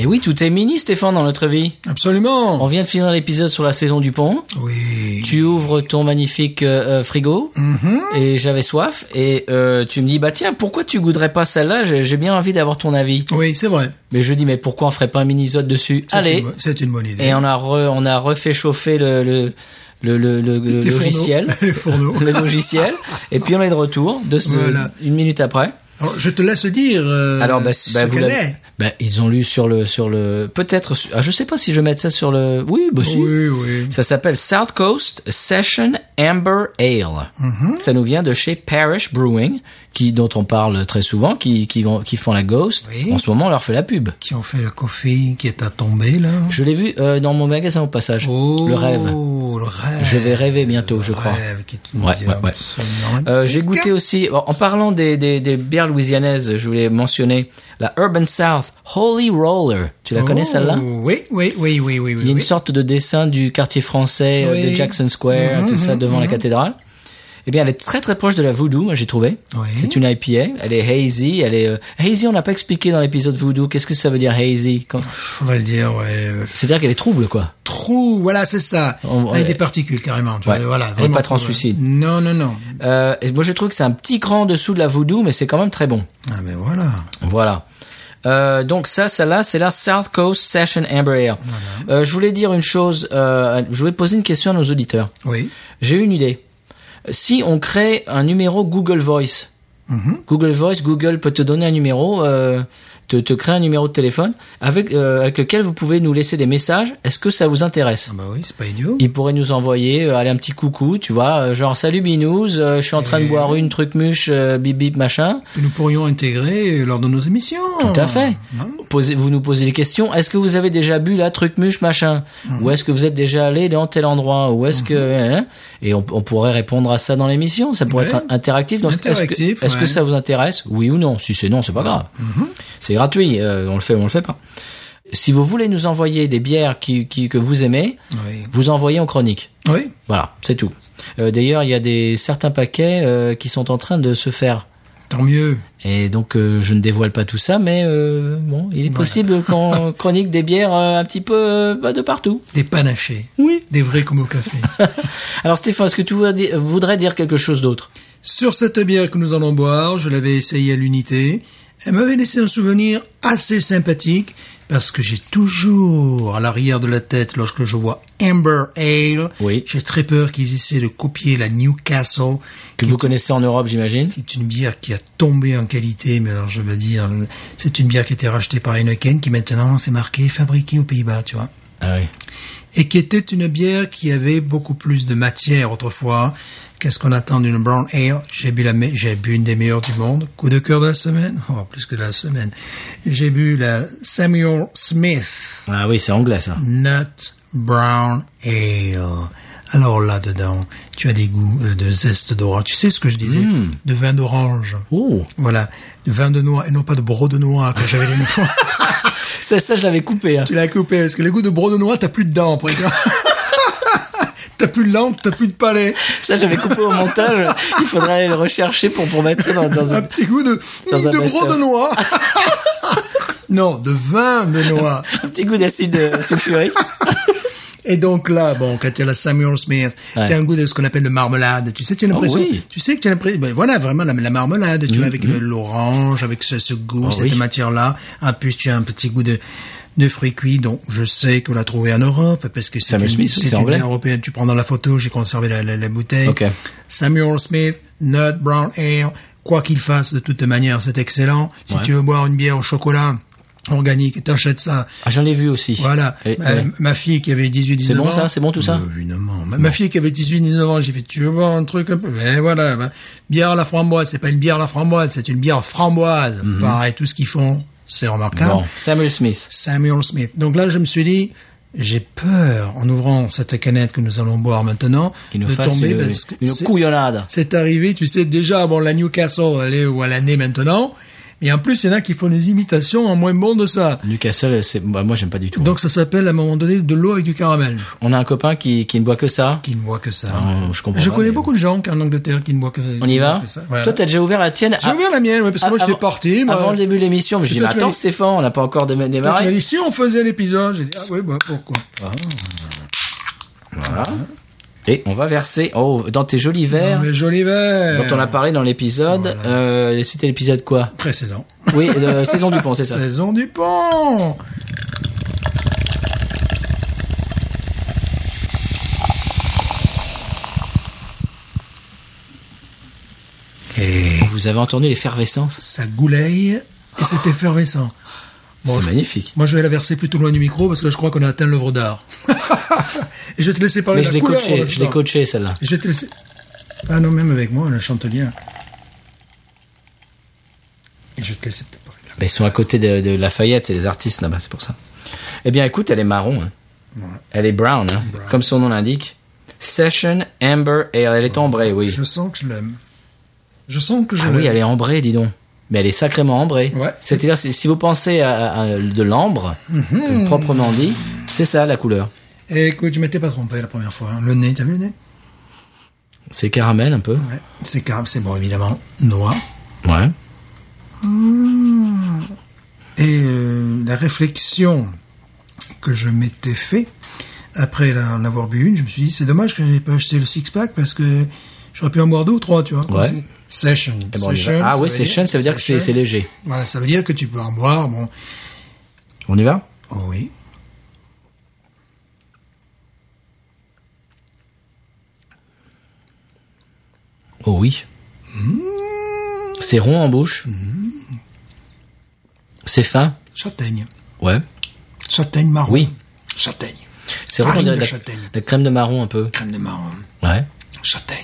Et Eh oui, tout est mini, Stéphane, dans notre vie. On Absolument. vient de finir l'épisode sur la saison du pont. Oui. Tu ouvres ton magnifique euh, euh, frigo Mhm. et j'avais soif et euh, tu me dis bah tiens pourquoi tu goûterais pas celle-là j'ai j'ai bien envie d'avoir ton avis Oui, c'est vrai. mais je dis mais pourquoi on ferait pas un mini-zode dessus C'est allez une bo- C'est une bonne idée. et on a re- on a refait chauffer le le le, le, le- le Les fourneaux. logiciel Les fourneaux. le logiciel et puis on est de retour de ce- Voilà. une minute après Alors, je te laisse dire euh, alors bah, ce bah, vous qu'elle l'avez- est. bah, ils ont lu sur le sur le peut-être su- ah, je sais pas si je vais mettre ça sur le oui bah si Oui, oui. ça s'appelle South Coast Session Amber Ale. Mhm. Ça nous vient de chez Parish Brewing, qui dont on parle très souvent, qui qui, vont- qui font la Ghost. Oui. En ce moment, on leur fait la pub. Qui ont fait le coffee qui est à tomber, là. Je l'ai vu euh, dans mon magasin au passage. Oh, le rêve. Le rêve. Je vais rêver bientôt, je Le crois. rêve qui est une Ouais, bière ouais, ouais. absolument Euh, J'ai magnifique. goûté aussi, en en parlant des, des, des bières louisianaises, je voulais mentionner la Urban South Holy Roller. Tu la connais Oh, celle-là Oui, oui, oui, oui, oui. Il y a une oui. sorte de dessin du quartier français euh, de Oui. Mhm, Jackson Square, tout ça devant la cathédrale. Eh bien, elle est très très proche de la Voodoo, moi j'ai trouvé. Oui. C'est une IPA, elle est hazy, elle est euh, hazy. On n'a pas expliqué dans l'épisode Voodoo. Qu'est-ce que ça veut dire hazy Quand- Faudrait le dire, ouais. euh, C'est-à-dire qu'elle est trouble, quoi. Trou, voilà, c'est ça. On- Avec ouais. des particules, carrément. tu Ouais. vois, Voilà, Elle est vraiment pas trou, ouais. translucide. Non, non, non. Euh, et moi je trouve que c'est un petit cran en dessous de la Voodoo, mais c'est quand même très bon. Ah, mais voilà. Voilà. Euh, donc ça, celle-là, c'est la South Coast Session Amber Ale. Euh, je voulais dire une chose. euh, je voulais poser une question à nos auditeurs. Oui. J'ai une idée. Si on crée un numéro Google Voice, Google Voice, Google peut te donner un numéro, euh, te, te créer un numéro de téléphone avec, euh, avec lequel vous pouvez nous laisser des messages. Est-ce que ça vous intéresse Ah, bah oui, c'est pas idiot. il pourrait nous envoyer, euh, aller un petit coucou, tu vois, euh, genre salut Binous, euh, je suis en train de boire une truc muche, euh, bip bip machin. Nous pourrions intégrer lors de nos émissions. Hein Tout à fait. Posez, vous nous posez des questions. Est-ce que vous avez déjà bu la truc muche machin Ah. Ou est-ce que vous êtes déjà allé dans tel endroit Ou est-ce que hein et on, on pourrait répondre à ça dans l'émission Ça pourrait Ouais. être interactif. Donc, est-ce que- Est-ce Interactif, que, ouais. Mhm. ça vous intéresse Oui ou non Si c'est non, c'est pas grave. C'est gratuit. euh, on le fait, ou on le fait pas. Si vous voulez nous envoyer des bières qui, qui- que vous aimez, Oui. vous envoyez en chronique. Oui. Voilà, c'est tout. Euh, D'ailleurs, il y a des certains paquets euh, qui sont en train de se faire. Tant mieux. Et donc euh, je ne dévoile pas tout ça, mais euh, bon, il est possible qu'on chronique des bières euh, un petit peu euh, bah, de partout. Des panachés. Oui. Des vrais comme au café. Alors Stéphane, est-ce que tu voudrais di- euh, voudrais dire quelque chose d'autre Sur cette bière que nous allons boire, je l'avais essayée à l'unité. Elle m'avait laissé un souvenir assez sympathique parce que j'ai toujours à l'arrière de la tête lorsque je vois Amber Ale. Oui. J'ai très peur qu'ils essaient de copier la Newcastle, que vous connaissez en Europe, j'imagine qui est une bière qui a tombé en qualité. Mais alors je veux dire, c'est une bière qui a été rachetée par Heineken, qui maintenant c'est marqué fabriquée aux Pays-Bas, tu vois Ah oui. et qui était une bière qui avait beaucoup plus de matière autrefois. Qu'est-ce qu'on attend d'une brown ale J'ai bu la me- j'ai bu une des meilleures du monde. Coup de cœur de la semaine, oh, plus que de la semaine. J'ai bu la Samuel Smith Ah oui, c'est anglais ça. Nut Brown Ale. Alors là dedans, tu as des goûts euh, de zeste d'orange. Tu sais ce que je disais De vin d'orange. Oh, Voilà, de vin de noix et non pas de bro de noix que j'avais les fois. ça, ça je l'avais coupé. hein. Tu l'as coupé parce que le goût de bro de noix, t'as plus de dents après. t'as plus de langue, t'as plus de palais. Ça j'avais coupé au montage. Il faudrait aller le rechercher pour pour mettre ça dans, dans Un un... petit goût de, Dans un de bro best-of. de noix. non, de vin de noix. un petit goût d'acide euh, sulfurique. Et donc là, bon, quand tu as la Samuel Smith, Ouais. Ah tu as un goût de ce qu'on appelle de marmelade. Tu sais, tu as l'impression, oui. Mm, tu sais que tu as l'impression, ben voilà, vraiment la, la marmelade, tu vois, avec le- l'orange, avec ce, ce goût, cette Ah oui. matière-là. En plus, tu as un petit goût de de fruits cuits, dont je sais qu'on l'a trouvé en Europe, parce que c'est Samuel une, Smith, c'est c'est une anglais. bière européenne. Tu prends dans la photo, j'ai conservé la, la, la bouteille. Ok. Samuel Smith, Nut Brown Ale, quoi qu'il fasse, de toute manière, c'est excellent. Si Ouais. tu veux boire une bière au chocolat organique, t'achètes ça. Ah, J'en ai vu aussi. Voilà. Et- euh, ma, ouais. ma fille qui avait 18 19 C'est ans. bon, ça C'est bon, tout ça Euh, Évidemment. Ma, ma fille qui avait 18 19 ans, j'ai fait tu veux voir un truc un peu Et voilà, ben, bière à la framboise, c'est pas une bière à la framboise, c'est une bière framboise. Pareil, tout ce qu'ils font, c'est remarquable. Mhm. Bon, Samuel Smith. Samuel Smith. Donc là, je me suis dit j'ai peur en ouvrant cette canette que nous allons boire maintenant Qu'il nous de fasse tomber une, parce que une c'est- couillonnade. c'est arrivé, tu sais déjà, bon, la Newcastle, elle est où elle en est maintenant. Mais en plus, il y en a qui font des imitations en moins bon de ça. Newcastle, c'est, bah, moi, j'aime pas du tout. Donc ça s'appelle à un moment donné de l'eau avec du caramel. On a un copain qui, qui ne boit que ça. Qui ne voit que ça. Ah, je comprends Euh, Je pas, connais mais- beaucoup de gens en Angleterre qui ne voient que, qui ne On y boivent va. que ça. Voilà. Toi, t'as déjà ouvert la tienne. J'ai à- ouvert la mienne, ouais, parce que à- moi j'étais avant- parti. moi. Avant le début de l'émission, je dis, mais Toi, tu m'as attends, dit- Stéphane, on n'a pas encore déma- Toi, tu m'as démarré. dit, si on faisait l'épisode, j'ai dit, ah oui, bah, pourquoi Ah, Voilà. Et on va verser, oh, dans tes jolis non, verres, mais joli verre. dont on a parlé dans l'épisode, euh, c'était l'épisode quoi? Précédent. Oui, euh, Saison du Pont, c'est ça. Saison du pont. Et Vous avez entendu l'effervescence? ça gouleille et c'est effervescent. Bon, C'est je- magnifique. Moi, je vais la verser plutôt loin du micro parce que là, je crois qu'on a atteint l'œuvre d'art. et je vais te laisser parler Mais de je la l'ai couleur. coaché, voilà, je l'ai ça. coaché, celle-là. Je vais te laisser. Ah non, même avec moi, elle chante bien. Et je vais te laisser peut-être parler. de la- Bah, ils sont à côté de, de Lafayette, c'est les artistes là-bas, c'est pour ça. Eh bien, écoute, elle est marron. hein. Elle est brown, hein, comme son nom l'indique. Session Amber Ale. Elle est ambrée, oui. Je sens que je l'aime. Je sens que je Ah l'aime. oui, elle est ambrée, dis donc. Mais elle est sacrément ambrée. Ouais. C'est-à-dire, si si vous pensez à, à de l'ambre, Mm-hmm. euh, proprement dit, c'est ça la couleur. Eh, Écoute, je m'étais pas trompé la première fois. hein. Le nez, t'as vu le nez C'est caramel un peu. Ouais. C'est carrément, c'est bon évidemment. Noir. Ouais. Et euh, la réflexion que je m'étais fait après la- en avoir bu une, je me suis dit c'est dommage que je n'ai pas acheté le six pack parce que j'aurais pu en boire deux ou trois, tu vois. comme Ouais. c'est- Session. Eh ben, on y va. Session, ah ça oui, veut session, ça veut dire que c'est c'est session. léger. Voilà, ça veut dire que tu peux en boire. Bon, On y va oh oui. Oh oui. Mm. C'est rond en bouche. Mm-hmm. C'est fin. Châtaigne. Ouais. Châtaigne marron. Oui. Châtaigne. C'est Farine vraiment de de la, châtaigne. la crème de marron un peu. Crème de marron. Ouais. Châtaigne.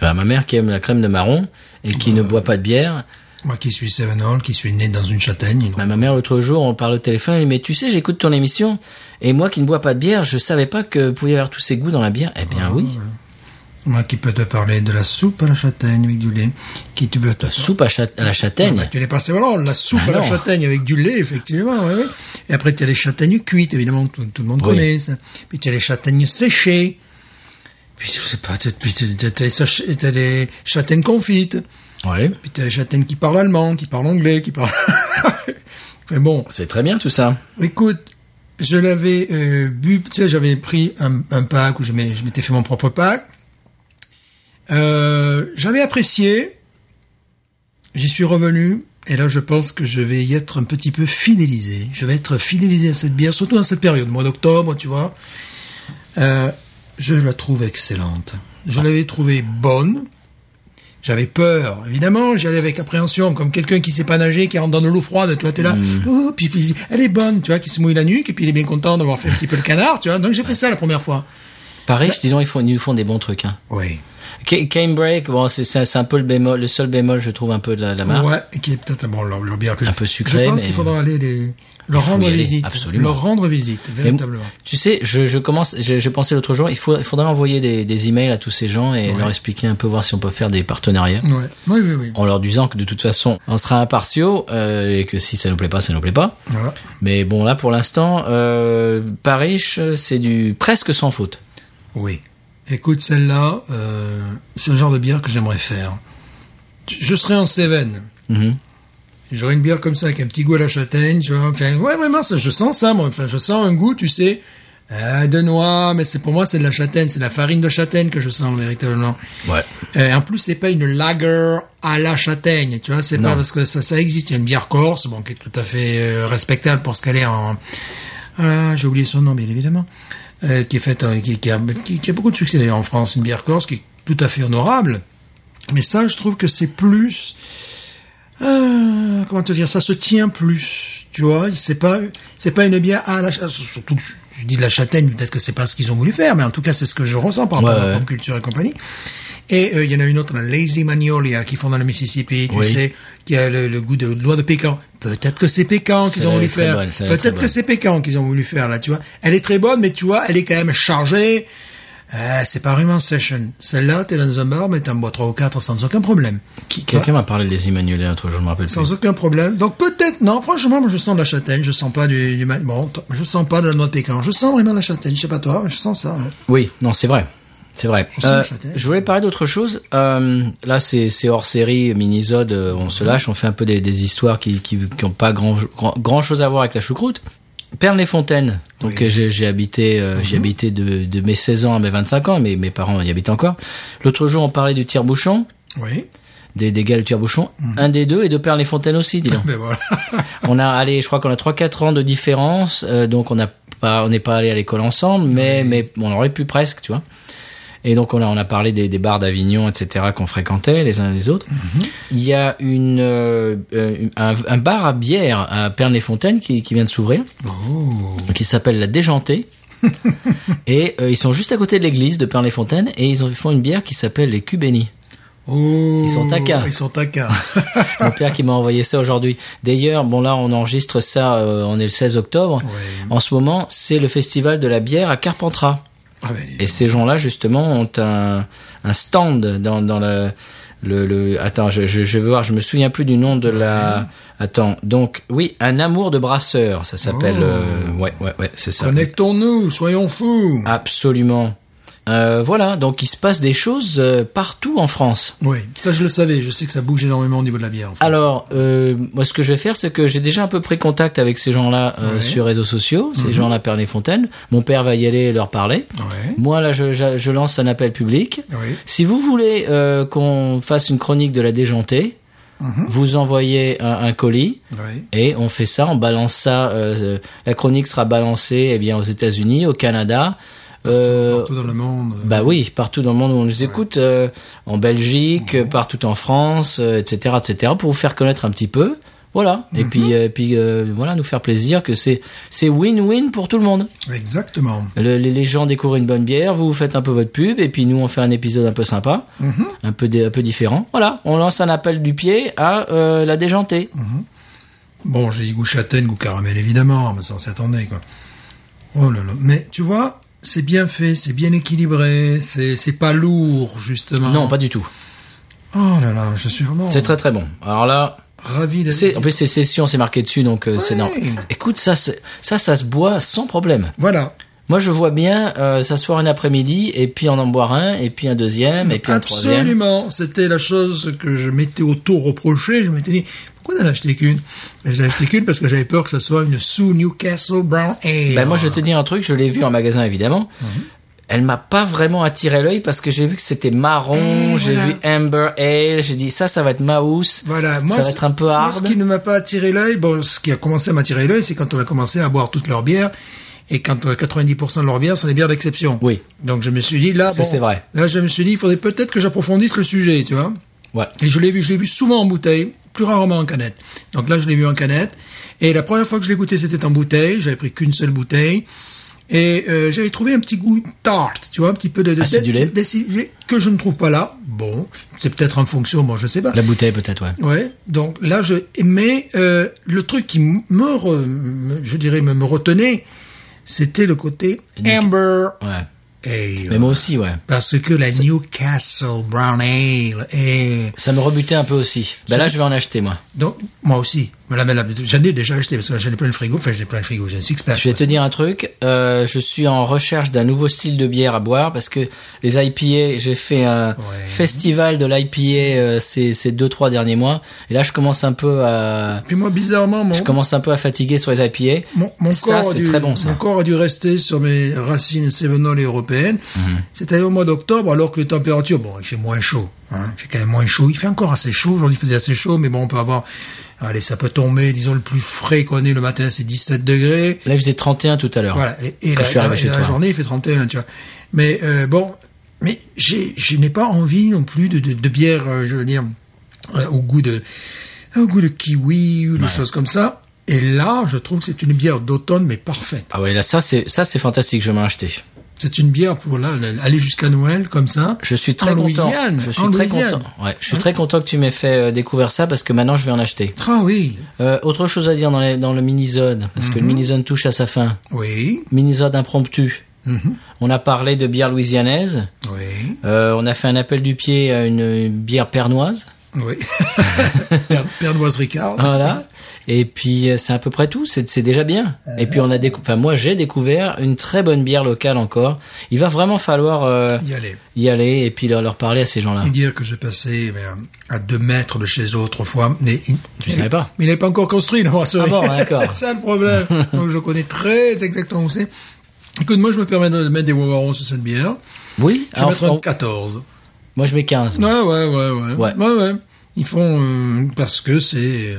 Bah, ma mère qui aime la crème de marron et qui ne boit pas de bière. Moi qui suis Seven Hall, qui suis né dans une châtaigne. Bah, ma mère l'autre jour, on parle au téléphone, elle dit, mais tu sais, j'écoute ton émission et moi qui ne bois pas de bière, je savais pas que pouvait y avoir tous ces goûts dans la bière. Eh bien Ah, oui. Moi qui peux te parler de la soupe à la châtaigne avec du lait, qui tu peux te Soupe à, cha- à la Ah bah, châtaigne. tu l'es passé voilà, la soupe Ah à la non. châtaigne avec du lait, effectivement. ouais, ouais. Et après, tu as les châtaignes cuites, évidemment, tout, tout le monde Oui. connaît ça. Puis tu as les châtaignes séchées. Puis je sais pas, tu as des châtaignes confites. Ouais. Puis tu as les châtaignes qui parlent allemand, qui parlent anglais, qui parlent... Mais bon, C'est très bien tout ça. écoute, je l'avais euh, bu, tu sais, j'avais pris un, un pack où je m'ai- je m'étais fait mon propre pack. Euh, j'avais apprécié, j'y suis revenu, et là je pense que je vais y être un petit peu fidélisé. Je vais être fidélisé à cette bière, surtout dans cette période, mois d'octobre, tu vois. Euh, je la trouve excellente. Je l'avais trouvée bonne. J'avais peur, évidemment, j'allais avec appréhension, comme quelqu'un qui sait pas nager, qui rentre dans de l'eau froide, toi, t'es là, Mm. oh, puis, puis il dit, elle est bonne, tu vois, qui se mouille la nuque, et puis il est bien content d'avoir fait un petit peu le canard, tu vois, donc j'ai fait ça la première fois. Paris, Bah- je dis donc, ils, font, ils nous font des bons trucs. Hein. Oui. Ca- Cane Break, bon, c'est- c'est c'est un peu le bémol, le seul bémol, je trouve, un peu de la, la marque. Ouais, et qui est peut-être bon, leur, leur bière plus. Un peu sucrée, Je pense mais- qu'il faudra aller les, leur faut y rendre aller, visite. absolument. Leur rendre visite, Mais bon, véritablement. tu sais, je, je commence, je, je pensais l'autre jour, il, faut, il faudrait envoyer des, des emails à tous ces gens et leur expliquer un peu, voir si on peut faire des partenariats. Ouais. Oui, oui, oui. En leur disant que de toute façon, on sera impartiaux euh, et que si ça nous plaît pas, ça nous plaît pas. Voilà. Mais bon, là pour l'instant, euh, Paris, euh, c'est du presque sans faute. Oui. Écoute, celle-là, euh, c'est le genre de bière que j'aimerais faire. Je serais en Cévennes. Mhm. J'aurais une bière comme ça, avec un petit goût à la châtaigne, tu vois. Enfin, ouais, vraiment, ça, je sens ça, moi. Enfin, je sens un goût, tu sais, euh, de noix, mais c'est pour moi, c'est de la châtaigne, c'est de la farine de châtaigne que je sens, véritablement. Ouais. Euh, en plus, c'est pas une lager à la châtaigne, tu vois, c'est pas parce que ça, ça existe. Il y a une bière corse, bon, qui est tout à fait euh, respectable pour ce qu'elle est en. Ah, j'ai oublié son nom, bien évidemment, euh, qui est faite, euh, qui, qui a, qui- qui a beaucoup de succès d'ailleurs en France, une bière corse qui est tout à fait honorable. Mais ça, je trouve que c'est plus. euh, comment te dire, ça se tient plus, tu vois. C'est pas, c'est pas une bière à la. ch- Surtout, que je- je dis de la châtaigne, peut-être que c'est pas ce qu'ils ont voulu faire, mais en tout cas, c'est ce que je ressens par rapport Ouais, à la ouais. pop culture et compagnie. Et euh, il y en a une autre, la Lazy Magnolia, qui font dans le Mississippi, tu Oui. sais, qui a le, le goût de noix de pécan. Peut-être que c'est pécan qu'ils Celle-là, ont elle voulu est très faire. bonne, celle-là est très Peut-être que bonne. c'est pécan qu'ils ont voulu faire, là, tu vois. Elle est très bonne, mais tu vois, elle est quand même chargée. Ah, c'est pas vraiment session. Celle-là, t'es dans un bar, mais t'en bois trois ou quatre sans aucun problème. Qui- Quelqu'un m'a parlé des Emmanueliens, l'autre jour, je me rappelle plus. Sans aucun problème. Donc peut-être, non, franchement, moi je sens de la châtaigne, je sens pas du, du ma- bon, t- je sens pas de la noix de pécan, je sens vraiment la châtaigne, je sais pas toi, je sens ça. hein. Oui, non, c'est vrai. C'est vrai. sens Euh, le châtaigne. je voulais parler d'autre chose. Euh, là, c'est c'est hors série, mini-zode, euh, on se lâche, on fait un peu des, des histoires qui n'ont pas grand, grand, grand chose à voir avec la choucroute. Pernes-les-Fontaines. Donc, Oui. euh, j'ai j'ai habité, euh, j'ai habité de, de mes 16 ans à mes 25 ans, mais mes parents y habitent encore. L'autre jour, on parlait du tire-bouchon, Oui. des, des gars du tire-bouchon. Un des deux et de Pernes-les-Fontaines aussi, dis donc. Mais Ben voilà. On a, allez, je crois qu'on a 3-4 ans de différence, euh, donc on n'a pas, on n'est pas allé à l'école ensemble, mais, mais on aurait pu presque, tu vois. Et donc on a, on a parlé des, des bars d'Avignon, etc. qu'on fréquentait les uns les autres. Il y a une, euh, euh, un, un bar à bière à Pernes-les-Fontaines qui, qui vient de s'ouvrir, qui s'appelle la Déjantée. et euh, ils sont juste à côté de l'église de Pernes-les-Fontaines et ils ont, font une bière qui s'appelle les Cubénis. Oh, Ils sont taquins. Ils sont taquins. Mon père qui m'a envoyé ça aujourd'hui. D'ailleurs, bon là, on enregistre ça, euh, on est le 16 octobre. Oui. En ce moment, c'est le festival de la bière à Carpentras. Ah, ben, dis Et ces gens-là, justement, ont un, un stand dans, dans le, le, le- Attends, je, je, je veux voir, je me souviens plus du nom de la... Attends, donc, oui, Un amour de brasseur, ça s'appelle... euh, ouais, ouais, ouais, c'est ça. Connectons-nous, soyons fous. Ah. Absolument. Euh, voilà, donc il se passe des choses euh, partout en France. Oui, ça je le savais, je sais que ça bouge énormément au niveau de la bière. en fait. Alors, euh, moi, ce que je vais faire, c'est que j'ai déjà un peu pris contact avec ces gens-là euh, Ouais. sur réseaux sociaux, ces gens-là, Père les Fontaines. Mon père va y aller et leur parler. Ouais. Moi, là, je, je- je lance un appel public. Oui. Si vous voulez euh, qu'on fasse une chronique de la déjantée, Mhm. vous envoyez un, un colis. Oui. Et on fait ça, on balance ça. euh, euh, la chronique sera balancée, eh bien, aux États-Unis, au Canada, euh, Partout dans le monde. bah oui, partout dans le monde où on nous écoute, euh, en Belgique, Mhm. euh, partout en France, euh, etc., etc., pour vous faire connaître un petit peu. Voilà. Mhm. Et puis, euh, puis euh, voilà, nous faire plaisir que c'est c'est win-win pour tout le monde. Exactement. Le- les, les gens découvrent une bonne bière, vous, vous faites un peu votre pub, et puis nous on fait un épisode un peu sympa, un peu dé- un peu différent. Voilà, on lance un appel du pied à euh, la déjantée. Bon, j'ai dit goût châtaigne, goût caramel, évidemment, mais ça on s'y attendait, quoi. Oh là là. Mais tu vois, c'est bien fait, c'est bien équilibré, c'est c'est pas lourd, justement. Non, pas du tout. Oh là là, je suis vraiment C'est très très bon. Alors là, ravi d'être c'est en plus c'est session, c'est marqué dessus, donc euh, c'est Ouais. normal. Écoute, ça c'est- ça ça se boit sans problème. Voilà. Moi, je vois bien euh, s'asseoir un après-midi et puis en en boire un, et puis un deuxième, et puis un troisième. Absolument. C'était la chose que je m'étais auto-reproché. Je m'étais dit, pourquoi n'en acheter qu'une Mais Je l'ai acheté qu'une parce que j'avais peur que ça soit une sous Newcastle Brown Ale. Ben, moi, je vais te dire un truc, je l'ai vu en magasin, évidemment. Mhm. Elle m'a pas vraiment attiré l'œil parce que j'ai vu que c'était marron, Eh, j'ai voilà. vu Amber Ale, j'ai dit ça, ça va être Mouse. Voilà, moi, ça va ce- être un peu moi, hard. ce qui ne m'a pas attiré l'œil, bon, ce qui a commencé à m'attirer l'œil, c'est quand on a commencé à boire toute leur bière. Et quand euh, 90% de leurs bières sont des bières d'exception. Oui. Donc je me suis dit là, Ça, bon, c'est vrai. Là, je me suis dit, il faudrait peut-être que j'approfondisse le sujet, tu vois. Ouais. Et je l'ai vu, je l'ai vu souvent en bouteille, plus rarement en canette. Donc là, je l'ai vu en canette. Et la première fois que je l'ai goûté, c'était en bouteille. J'avais pris qu'une seule bouteille. Et euh, j'avais trouvé un petit goût tarte, tu vois, un petit peu de, de Acidulé. de- d'acidulé que je ne trouve pas là. Bon, c'est peut-être en fonction, bon, je sais pas. La bouteille, peut-être, ouais. Ouais, donc là je mais euh, le truc qui m- me, re- me- je dirais me, me retenait, c'était le côté amber Ouais. ale Mais moi aussi, ouais. parce que la Newcastle Brown Ale est Ça me rebutait un peu aussi. Ben là, je vais en acheter, moi. donc moi aussi, mais là, mais là, j'en ai déjà acheté parce que j'en ai plein le frigo, enfin j'ai plein le frigo, j'ai un six pack. Je vais te dire un truc, euh, je suis en recherche d'un nouveau style de bière à boire parce que les IPA, j'ai fait un festival de l'IPA euh, ces, ces deux trois derniers mois et là je commence un peu à Puis moi bizarrement mon je commence un peu à fatiguer sur les IPA. mon, mon ça corps a c'est dû, très bon ça. mon corps a dû rester sur mes racines sévenol et européennes. Mhm. C'était au mois d'octobre, alors que les températures, bon, il fait moins chaud. Hein, il fait quand même moins chaud. Il fait encore assez chaud. Aujourd'hui, il faisait assez chaud, mais bon, on peut avoir... Allez, ça peut tomber. Disons, le plus frais qu'on ait le matin, c'est 17 degrés. Là il faisait 31 tout à l'heure. Voilà. Et, et Ah. Quand la, je suis arrivé et chez la toi. journée, il fait 31, tu vois. Mais euh, bon, mais j'ai, je n'ai pas envie non plus de, de, de bière, euh, je veux dire, euh, au goût de, au goût de kiwi ou des choses comme ça. Et là, je trouve que c'est une bière d'automne, mais parfaite. Ah ouais, là ça c'est ça c'est fantastique, je vais m'en acheter. C'est une bière pour là, là, aller jusqu'à Noël comme ça. Je suis très En content. Louisiane, je suis en très Louisiane. Hein? content. Ouais, je suis très content que tu m'aies fait euh, découvrir ça parce que maintenant je vais en acheter. Ah oui, Euh, autre Mhm. chose à dire dans, les- dans le mini zone parce que le mini zone touche à sa fin. oui, Minisode impromptu. Mhm. On a parlé de bière louisianaise. Oui. Euh, on a fait un appel du pied à une, une bière pernoise. Oui. Père- Père Noise Ricard. Voilà. Et puis euh, c'est à peu près tout. C'est c'est déjà bien. Et puis on a décou- enfin moi j'ai découvert une très bonne bière locale encore. Il va vraiment falloir euh, Y aller. y aller et puis leur, leur parler à ces gens-là. Et dire que je passais mais, euh, à deux mètres de chez eux autrefois, mais il- Tu savais pas mais il n'est pas encore construit, non, rassurez. Ah bon, d'accord. C'est ça le problème. Donc je connais très exactement où c'est. Écoute, moi je me permets de mettre des wawarons sur cette bière. Oui. Je vais Alors, mettre un on- 14. moi je mets 15. Ouais, ouais, ouais, ouais. Ouais. ouais. Ils font euh, parce que c'est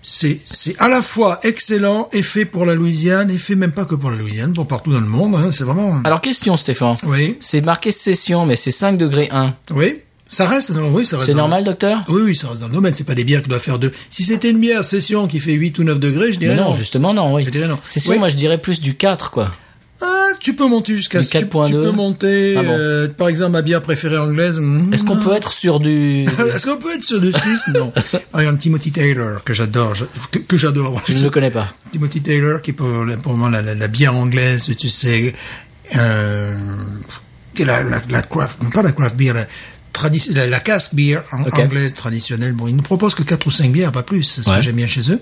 c'est c'est à la fois excellent et fait pour la Louisiane et fait même pas que pour la Louisiane, pour partout dans le monde. hein, c'est vraiment. Alors question Stéphane. oui, C'est marqué session mais c'est 5 degrés 1. oui. Ça reste dans oui, ça reste. C'est dans- normal docteur Oui, oui, ça reste dans le domaine. C'est pas des bières qui doivent faire deux. Si c'était une bière session qui fait 8 ou 9 degrés, je Mais dirais non, justement non, oui. Je dirais non. Session Oui. moi je dirais plus du 4 quoi. Ah, tu peux monter jusqu'à Du tu, tu 4.2. peux monter. Ah bon. euh, par exemple, ma bière préférée anglaise. hmm, Est-ce qu'on peut être sur du Est-ce qu'on peut être sur le 6 Non. Par exemple, Timothy Taylor, que j'adore, je- que, que j'adore. Je ne le connais pas. Timothy Taylor, qui est pour, la- pour moi la, la- la bière anglaise, tu sais, euh, qui est la, la, la craft, pas la craft beer, la, tradi- la, la casque beer an- Ok. anglaise traditionnelle. Bon, ils ne proposent que quatre ou cinq bières, pas plus. C'est ce Ouais. Mhm. que j'aime bien chez eux.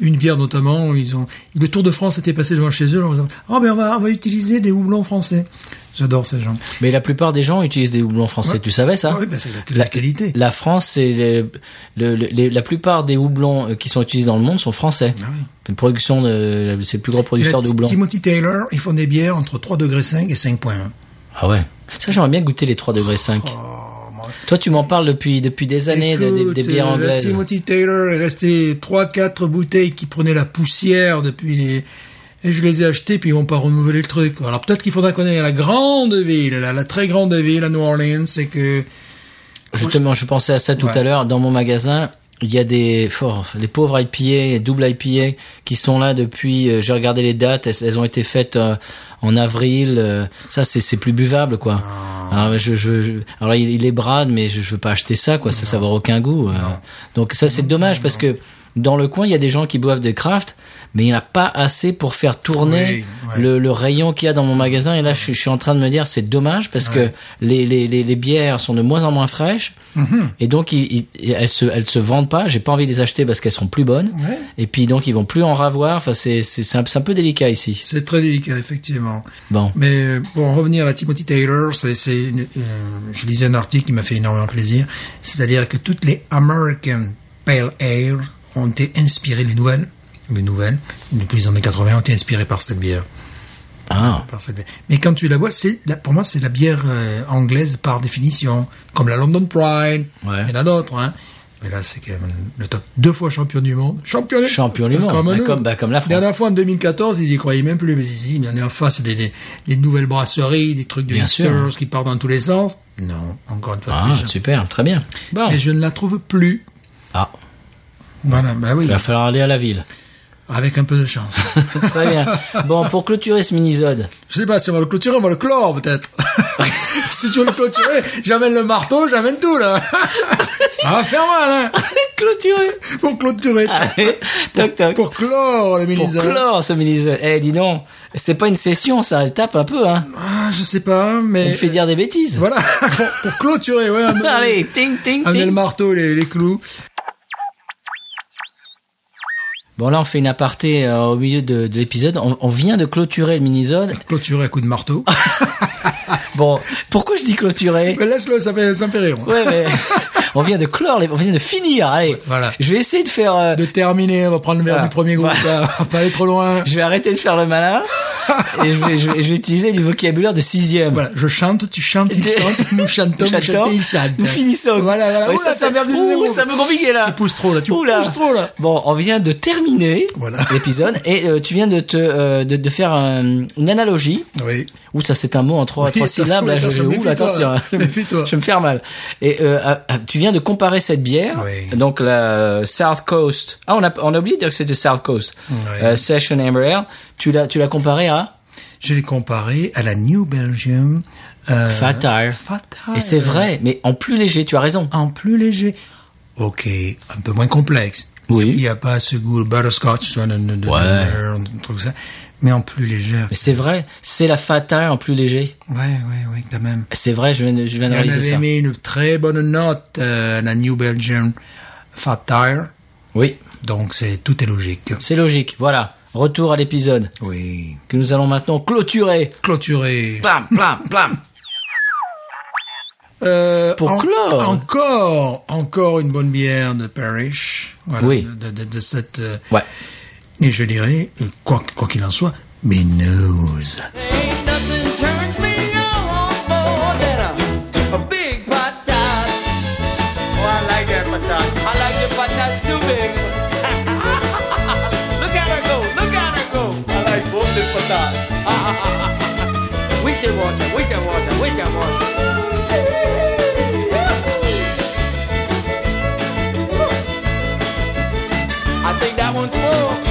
Une bière notamment, où ils ont le Tour de France était passé devant chez eux. Alors, ils ont, oh, ben on va, on va utiliser des houblons français. J'adore ces gens. Mais la plupart des gens utilisent des houblons français, Ouais. tu savais ça oui, ben, c'est la, la qualité. La France, c'est le- le- le- les- la plupart des houblons euh, qui sont utilisés dans le monde sont français. Ah Une production de, euh, c'est le plus gros Et producteur là, de houblons. Ah Timothy Taylor, ils font des bières entre 3 degrés 5 et 5.1. Ah ouais. Ça, j'aimerais bien goûter les 3 degrés 5. Toi, tu m'en parles depuis, depuis des années de- des- des, Oh, Écoute, bières euh, la anglaises. Timothy Taylor est resté trois quatre bouteilles qui prenaient la poussière depuis les... Et je les ai achetées, puis ils vont pas renouveler le truc. Alors peut-être qu'il faudra qu'on aille à la grande ville, la, la très grande ville à New Orleans, c'est que... Justement, je pensais à ça tout Ouais. à l'heure. Dans mon magasin, il y a des forts, les pauvres IPA, double IPA, qui sont là depuis. euh, J'ai regardé les dates. Elles, elles ont été faites euh, en avril. euh, ça, c'est c'est plus buvable, quoi. Alors, je, je, je- alors il, il est brade, mais je, je veux pas acheter ça, quoi. Ça, ça va avoir aucun goût. euh. Donc ça, c'est dommage parce que. Dans le coin, il y a des gens qui boivent de craft, mais il n'y en a pas assez pour faire tourner Oui, ouais. le, le rayon qu'il y a dans mon magasin. Et là, je, suis- je suis en train de me dire, c'est dommage parce que les, les, les, les bières sont de moins en moins fraîches. Mhm. Et donc, ils, ils- elles se, elles se vendent pas. J'ai pas envie de les acheter parce qu'elles sont plus bonnes. Ouais. Et puis, donc, ils vont plus en ravoir. Enfin, c'est, c'est, c'est un, c'est un peu délicat ici. C'est très délicat, effectivement. Bon. Mais euh, pour en revenir à la Timothy Taylor, c'est, c'est une- euh, je lisais un article qui m'a fait énormément plaisir. C'est-à-dire que toutes les American Pale Ale ont été inspirées, les nouvelles, les nouvelles, depuis les années 80, ont été inspirées par cette bière. Ah. par cette bière. Mais quand tu la bois, c'est la- pour moi c'est la bière euh, anglaise par définition, comme la London Pride, Ouais. et la d'autres. Hein. Mais là c'est quand même le top. Deux fois champion du monde, champion, du- Champion du euh, monde, bah, nous. comme- bah, comme la France. Dernière fois en 2014, ils y croyaient même plus, mais ils se disent, mais on est en face des, des, des nouvelles brasseries, des trucs de Bien hipsters sûr. qui partent dans tous les sens. Non, encore une fois. Ah, déjà. super. Très bien. Bon. Et je ne la trouve plus. Ah. Voilà, bah oui, Il va falloir aller à la ville. avec un peu de chance. Très bien. Bon, pour clôturer ce mini-zode. Je sais pas si on va le clôturer, on va le clore peut-être. si tu veux le clôturer, j'amène le marteau, j'amène tout là. Ça va faire mal hein, clôturer. pour clôturer, Allez. Ah, Toc, toc. pour clore le pour minisode. clore ce mini Eh, dis donc, c'est pas une session, ça, elle tape un peu, hein. Ah, je sais pas, mais Elle fait dire des bêtises. voilà pour, pour clôturer, ouais. amener- Allez, ting, ting, amener le ting. marteau, les, les clous. Bon, là, on fait une aparté euh, au milieu de, de l'épisode. On, on vient de clôturer le mini-zone. Clôturer à coup de marteau. Bon, pourquoi je dis clôturer Mais laisse-le, ça fait ça me fait rire. moi. Ouais, mais on vient de clore, les- on vient de finir. Allez, voilà. je vais essayer de faire... euh, De terminer, on va prendre le verre Voilà. du premier groupe, Voilà. là, on va pas aller trop loin. Je vais arrêter de faire le malin et je vais, je vais, je vais utiliser du vocabulaire de sixième. Voilà, je chante, tu chantes, il Des- chante, nous chantons, Nous vous chantons, chantez, il chante. nous finissons. Voilà, voilà. Ouais, Oula, ça, ça merde, Ouh, ça me compliqué là. Tu pousses trop, là, tu Oula. pousses trop, là. Bon, on vient de terminer Voilà. l'épisode et euh, tu viens de te euh, de, de faire un- une analogie. Oui. Ouh, ça c'est un mot en trois, Oui, trois ça- syllabes. oui, là, je, je, attention, ouh, méfie-toi, attention, là. je me- Méfie-toi. je vais me faire mal. Et euh, ah, ah, tu viens de comparer cette bière, Oui. donc la euh, South Coast. Ah, on a on a oublié de dire que c'était South Coast Euh, Session Amber Ale. Tu l'as tu l'as comparé à Je l'ai comparé à la New Belgium. Euh, Fat Tire. Fat Tire. Et c'est vrai, mais en plus léger. Tu as raison. En plus léger. Ok, un peu moins complexe. Oui. Il n'y a pas ce goût butterscotch, tu vois, de, de, de- Ouais. de- un truc comme ça, mais en plus légère. Mais c'est vrai, c'est la fatale en plus léger. Ouais, ouais, ouais, quand même. C'est vrai, je viens, de- je viens de Et on réaliser avait ça. mis une très bonne note euh, à la New Belgian Fat Tire, Oui, donc c'est tout est logique. c'est logique. Voilà, retour à l'épisode Oui. que nous allons maintenant clôturer. Clôturé. Plam, plam, plam. Euh, Pour clore. Encore, encore une bonne bière de Parrish. Voilà, Oui. De, de- de cette, euh, Ouais. et je dirais, euh, quoi quoi qu'il en soit, Benose. Ain't nothing turns me on more than a, a big patat. Oh, I like that patat. I like the patats too big. look at her go, look at her go. I like both the patats. we should watch her, we should watch her, we should watch her. I think that one's full.